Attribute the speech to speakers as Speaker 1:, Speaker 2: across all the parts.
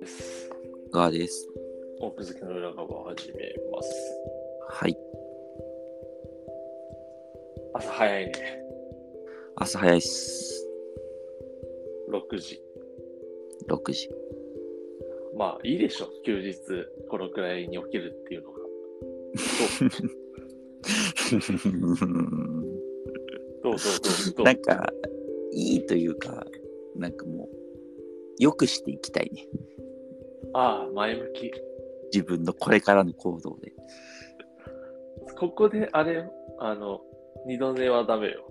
Speaker 1: です。
Speaker 2: ガーです。
Speaker 1: 奥付けの裏側を始めます。
Speaker 2: はい。
Speaker 1: 朝早いね。
Speaker 2: 朝早いっす。
Speaker 1: 6時。
Speaker 2: 6時。
Speaker 1: まあいいでしょ。休日このくらいに起きるっていうのが。どうどうどうどう
Speaker 2: なんか、いいというか、なんかもう、よくしていきたいね。
Speaker 1: ああ、前向き。
Speaker 2: 自分のこれからの行動で。
Speaker 1: ここであれよ、あの、二度寝はダメよ。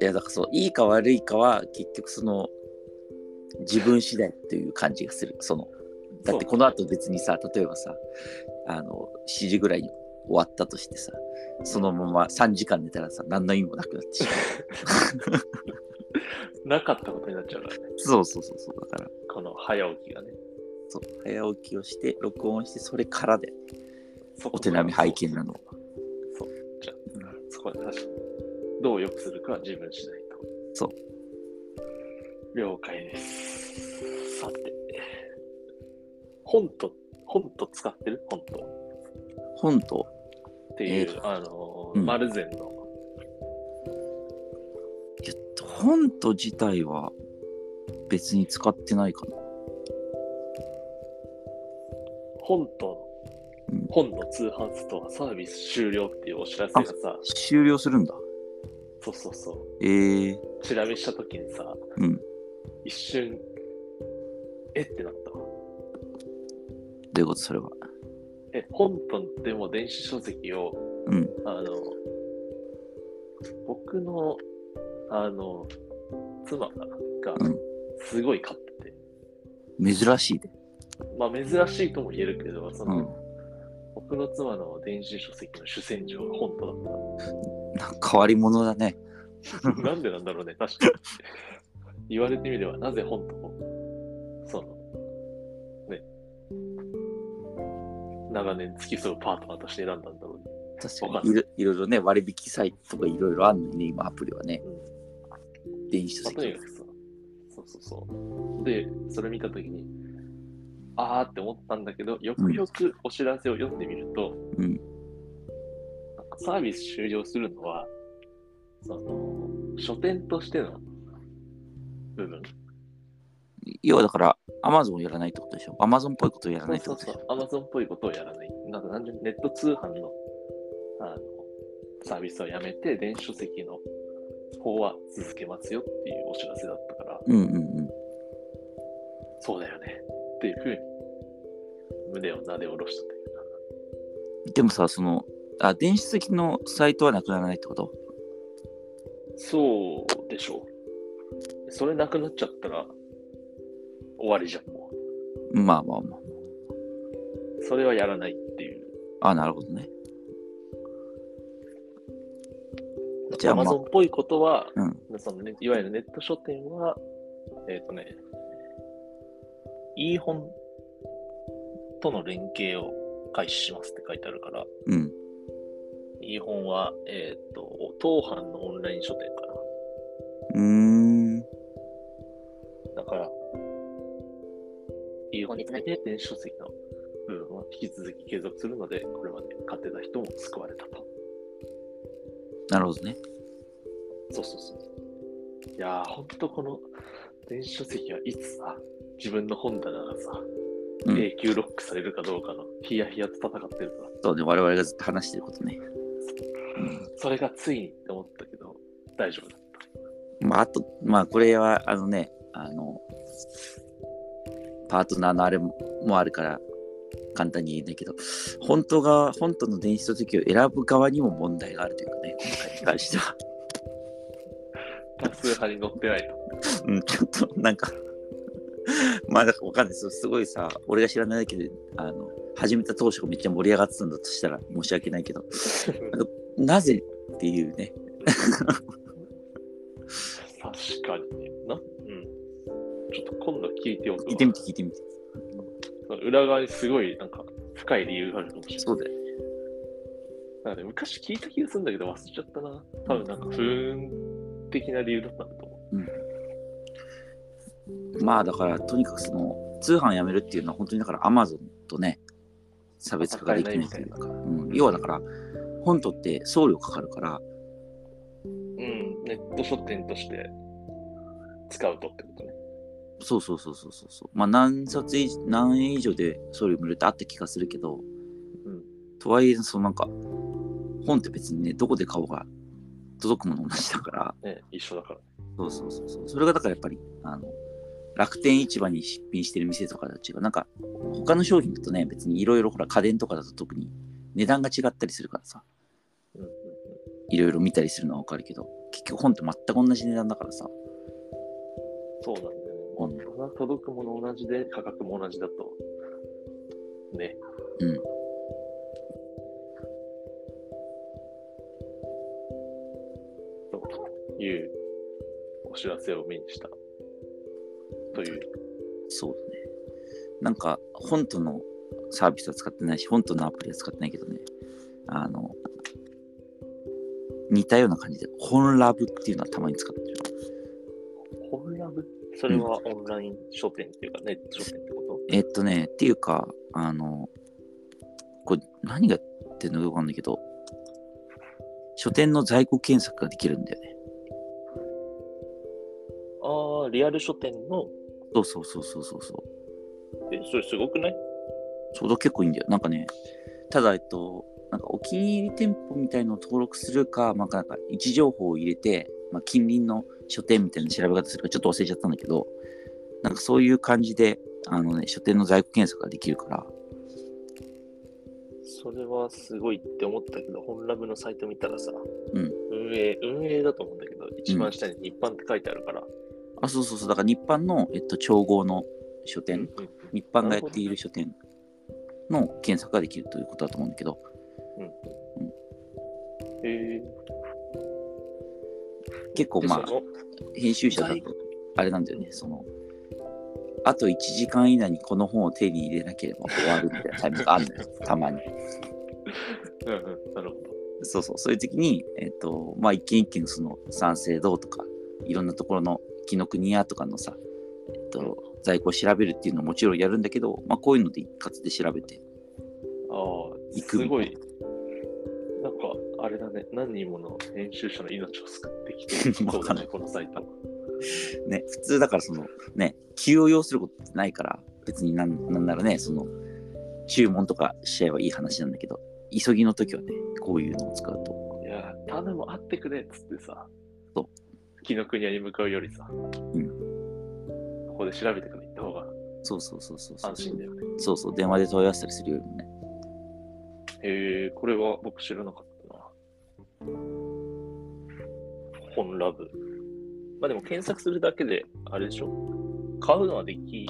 Speaker 2: いや、だからそう、いいか悪いかは、結局その、自分次第という感じがする。その、だってこの後別にさ、例えばさ、あの、7時ぐらいに終わったとしてさ、そのまま3時間寝たらさ、何の意味もなくなってしま
Speaker 1: そう
Speaker 2: う。
Speaker 1: なかったことになっちゃうからね。
Speaker 2: そうそうそうそう、だから。
Speaker 1: この早起きがね。
Speaker 2: そう早起きをして録音してそれからで
Speaker 1: そこ
Speaker 2: お手並み拝見なの。
Speaker 1: そう。じゃあ、そこは確かに。どう良くするかは自分次第と。。
Speaker 2: そう
Speaker 1: 了解です。さて。本と、本と使ってる本と
Speaker 2: 本と
Speaker 1: っていう、
Speaker 2: えー
Speaker 1: あのー
Speaker 2: うん
Speaker 1: マルゼンの。
Speaker 2: いや本と自体は別に使ってないかな
Speaker 1: 本と
Speaker 2: うん、
Speaker 1: 本の通販ストアサービス終了っていうお知らせがさ、
Speaker 2: 終了するんだ
Speaker 1: そうそうそう、
Speaker 2: えー、
Speaker 1: チラ見したときにさ、
Speaker 2: うんど
Speaker 1: 一瞬、えってなったわ。
Speaker 2: ういうことそれは
Speaker 1: え、本とでも電子書籍を
Speaker 2: うん
Speaker 1: あの、僕の、あの、妻が
Speaker 2: うん、
Speaker 1: すごい買ってて、
Speaker 2: 珍しいで
Speaker 1: まあ珍しいとも言えるけど、そうの、
Speaker 2: ん
Speaker 1: 僕の妻の電子書籍の主戦場が本当だっ
Speaker 2: なんか変わり者だね
Speaker 1: た。 なんでなんだろうね、確かに。言われてみれば、なぜ本とを、その、ね、長年付き添うパートナーとして選んだんだろうね。
Speaker 2: 確
Speaker 1: わ
Speaker 2: か
Speaker 1: かん
Speaker 2: にいろいろいろね割引サイトとかいろいろあるのにね今アプリはね電子書
Speaker 1: まあとに
Speaker 2: 籍
Speaker 1: かくさ、そうそうそう。で、それ見たときに、あーって思ったんだけど、よくよくお知らせを読んでみると、
Speaker 2: うん
Speaker 1: なんかサービス終了するのは、その、書店としての部分。
Speaker 2: 要はだからアマゾンをやらないってことでしょアマゾンっぽいことをやらないって
Speaker 1: そ
Speaker 2: こ
Speaker 1: う
Speaker 2: と
Speaker 1: そう
Speaker 2: でしょ
Speaker 1: そう、アマゾンっぽいことをやらない。なんか単純にネット通販の、あの、サービスをやめて、電子書籍の方は続けますよっていうお知らせだったから、
Speaker 2: うんうんうん
Speaker 1: そうだよね。っていうふうに、胸を撫で下ろしたというか。
Speaker 2: でもさそのあ電子書籍のサイトはなくならないってこと
Speaker 1: そうでしょう。それなくなっちゃったら、終わりじゃん、も
Speaker 2: まあまあま
Speaker 1: う。それはやらないっていう。
Speaker 2: ああなるほどねじゃあ
Speaker 1: アマゾンっぽいことは、
Speaker 2: うん
Speaker 1: そのね、いわゆるネット書店は、えっ、とね、いい本との連携を開始しますって書いてあるから、
Speaker 2: うん
Speaker 1: いい本は、えっ、と、当販のオンライン書店かな。
Speaker 2: うーん。
Speaker 1: だから、いい本について電子書籍の部分は引き続き継続するので、これまで買ってた人も救われたと。
Speaker 2: なるほどね。
Speaker 1: そうそうそう。いやー、ほんとこの電子書籍はいつさ、自分の本棚がさ、
Speaker 2: うん
Speaker 1: 永久ロックされるかどうかのヒヤヒヤと戦ってるから、
Speaker 2: そうね、我々がずっと話してることね。
Speaker 1: それがついにって思ったけど、大丈夫だっ
Speaker 2: まあ、あと、まあ、これは、あのね、あの、パートナーのあれももあるから、簡単に言えないけど、本当が、本当の電子書籍を選ぶ側にも問題があるというかね、今回に関しては。
Speaker 1: た。多数派に乗ってないと。
Speaker 2: うん、ちょっと、なんか、まあ、だからわかんないです。すごいさ、俺が知らないだけで、あの、始めた当初めっちゃ盛り上がってたんだとしたら申し訳ない けど、なぜっていうね、
Speaker 1: 確かにね。な、うん。ちょっと今度聞いておくわ
Speaker 2: 聞いてみて聞いてみて。
Speaker 1: その裏側にすごいなんか深い理由があるかもしれない。
Speaker 2: そうだよね。
Speaker 1: なんかね昔聞いた気がするんだけど忘れちゃったな。多分なんか、ふーん的な理由だったんだと思う。
Speaker 2: まあだからとにかくその通販やめるっていうのは本当にだから Amazon とね差別化ができないというか、うん、要はだから本とって送料かかるから
Speaker 1: うん、ネット書店として使うとってことね。
Speaker 2: そうそうそうそうそうそうまあ何冊以何円以上で送料無料ってあった気がするけど、
Speaker 1: うん
Speaker 2: とはいえそのなんか本って別にねどこで買おうが届くもの同じだから
Speaker 1: ね、一緒だから。
Speaker 2: そうそうそうそう。それがだからやっぱり、あの、楽天市場に出品してる店とかと違う。なんか、他の商品だとね、別にいろいろほら家電とかだと特に値段が違ったりするからさ、
Speaker 1: うんうんうん、
Speaker 2: いろいろ見たりするのはわかるけど、結局本って全く同じ値段だからさ、
Speaker 1: そうなんだよね。
Speaker 2: う
Speaker 1: も
Speaker 2: ん
Speaker 1: う届くもの同じで、価格も同じだと。ね。
Speaker 2: うん。
Speaker 1: というお知らせを目にした。という。
Speaker 2: そうだね。なんか、本とのサービスは使ってないし、本とのアプリは使ってないけどね、あの、似たような感じで、本ラブっていうのはたまに使ってる。
Speaker 1: オンラブそれはオンライン書店っていうか、ネット書店ってこ
Speaker 2: えっとね、っていうか、あの、これ何がやってんのかわかんないけど、書店の在庫検索ができるんだよね。
Speaker 1: とああ、リアル書店の、
Speaker 2: そうそうそうそうそうそう。
Speaker 1: え、それすごくない
Speaker 2: ちょうど結構いいんだよ。なんかね、ただ、えっと、なんかお気に入り店舗みたいのを登録するか、まあ、なんか位置情報を入れて、まあ、近隣の書店みたいな調べ方するかちょっと忘れちゃったんだけど、なんかそういう感じで、あのね、書店の在庫検索ができるから、
Speaker 1: それはすごいって思ったけど、本ラブのサイト見たらさ、
Speaker 2: うん
Speaker 1: 運営、運営だと思うんだけど、一番下に日版って書いてあるから、
Speaker 2: あ、そうそうそう、だから日版の、えっと、調合の書
Speaker 1: う
Speaker 2: 店、
Speaker 1: ん
Speaker 2: 日版がやっている書店の検索ができるということだと思うんだけど、
Speaker 1: うんえ
Speaker 2: 結構
Speaker 1: ー、
Speaker 2: まあ
Speaker 1: で、その
Speaker 2: 編集者だと
Speaker 1: 在、
Speaker 2: あれなんだよね、その、あと1時間以内にこの本を手に入れなければ終わるみたいなタイミングがあるんだよ、たまに。
Speaker 1: うんうん、なるほど。
Speaker 2: そうそう、そういう時に、えっ、と、まあ、一軒一軒その、三省堂とか、いろんなところの、紀ノ国屋とかのさ、えっ、と、在庫を調べるっていうのはもちろんやるんだけど、まあ、こういうので一括で調べて、
Speaker 1: ああ、
Speaker 2: 行く
Speaker 1: すごい。なんか、あれだね、何人もの編集者の命を救ってきてる そうだね、このサイト。
Speaker 2: ね、普通だからそのね急を要することってないから別になんなんならねその注文とかしちゃえばいい話なんだけど急ぎの時はねこういうのを使うと
Speaker 1: いやー、頼む、会ってくれっつってさ、
Speaker 2: そ
Speaker 1: 紀ノ国屋に向かうよりさ、ここで調べてから行った方が
Speaker 2: そうそうそうそうそう
Speaker 1: 安心だよね。
Speaker 2: そうそう電話で問い合わせたりするよりもね
Speaker 1: へえー、これは僕知らなかったな。本ラブ。まあでも検索するだけで、あれでしょ買うのはでき、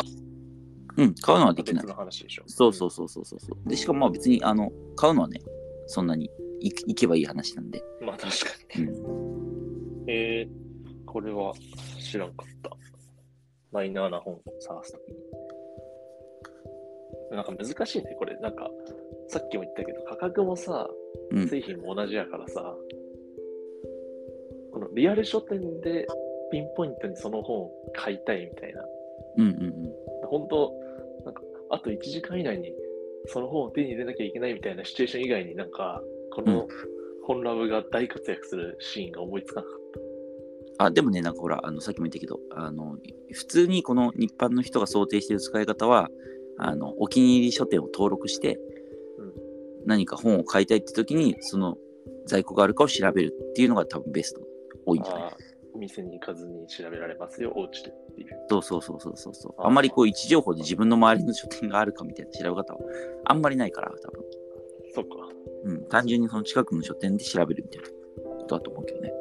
Speaker 2: うん買うのはできな
Speaker 1: 別
Speaker 2: い
Speaker 1: の話でしょ
Speaker 2: そうそうそうそうそうそうでしかもまあ別にあの買うのはねそんなに行行けばいい話なんで、
Speaker 1: まあ確かにね。
Speaker 2: うん、
Speaker 1: えー、これは知らんかった。マイナーな本を探すときに。なんか難しいね、これ。なんか、さっきも言ったけど、価格もさ、
Speaker 2: うん
Speaker 1: 製品も同じやからさ、このリアル書店でピンポイントにその本を買いたいみたいな。
Speaker 2: うんうんうん
Speaker 1: 本当なんか、あと1時間以内にその本を手に入れなきゃいけないみたいなシチュエーション以外になんか、こ
Speaker 2: う
Speaker 1: の本ラブが大活躍するシーンが思いつかなかっ
Speaker 2: あでもね、なんかほら、あのさっきも言ったけど、あの普通にこの一般の人が想定している使い方は、あのお気に入り書店を登録して、
Speaker 1: うん
Speaker 2: 何か本を買いたいって時に、その在庫があるかを調べるっていうのが多分ベスト、多いんじゃない
Speaker 1: あお店に行かずに調べられますよ、お家でっていう。
Speaker 2: そうそうそうそうそうそう。
Speaker 1: あー
Speaker 2: あんまりこう位置情報で自分の周りの書店があるかみたいな調べ方はあんまりないから、多分。
Speaker 1: そっか。
Speaker 2: うん、単純にその近くの書店で調べるみたいなことだと思うけどね。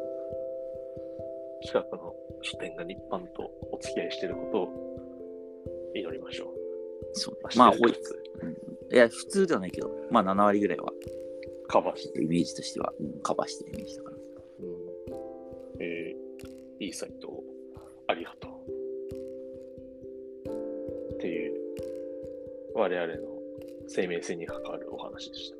Speaker 1: 近くの書店が日本とお付き合いしてることを祈りましょう。
Speaker 2: そう
Speaker 1: あ
Speaker 2: まあ、
Speaker 1: して
Speaker 2: ほ
Speaker 1: る
Speaker 2: いいや、普通ではないけど、まあ7割ぐらいは、
Speaker 1: カバーして。
Speaker 2: イメージとしては、うんカバーしてるイメージだから。
Speaker 1: うんえーいいサイトをありがとう。っていう、我々の生命線に関わるお話でした。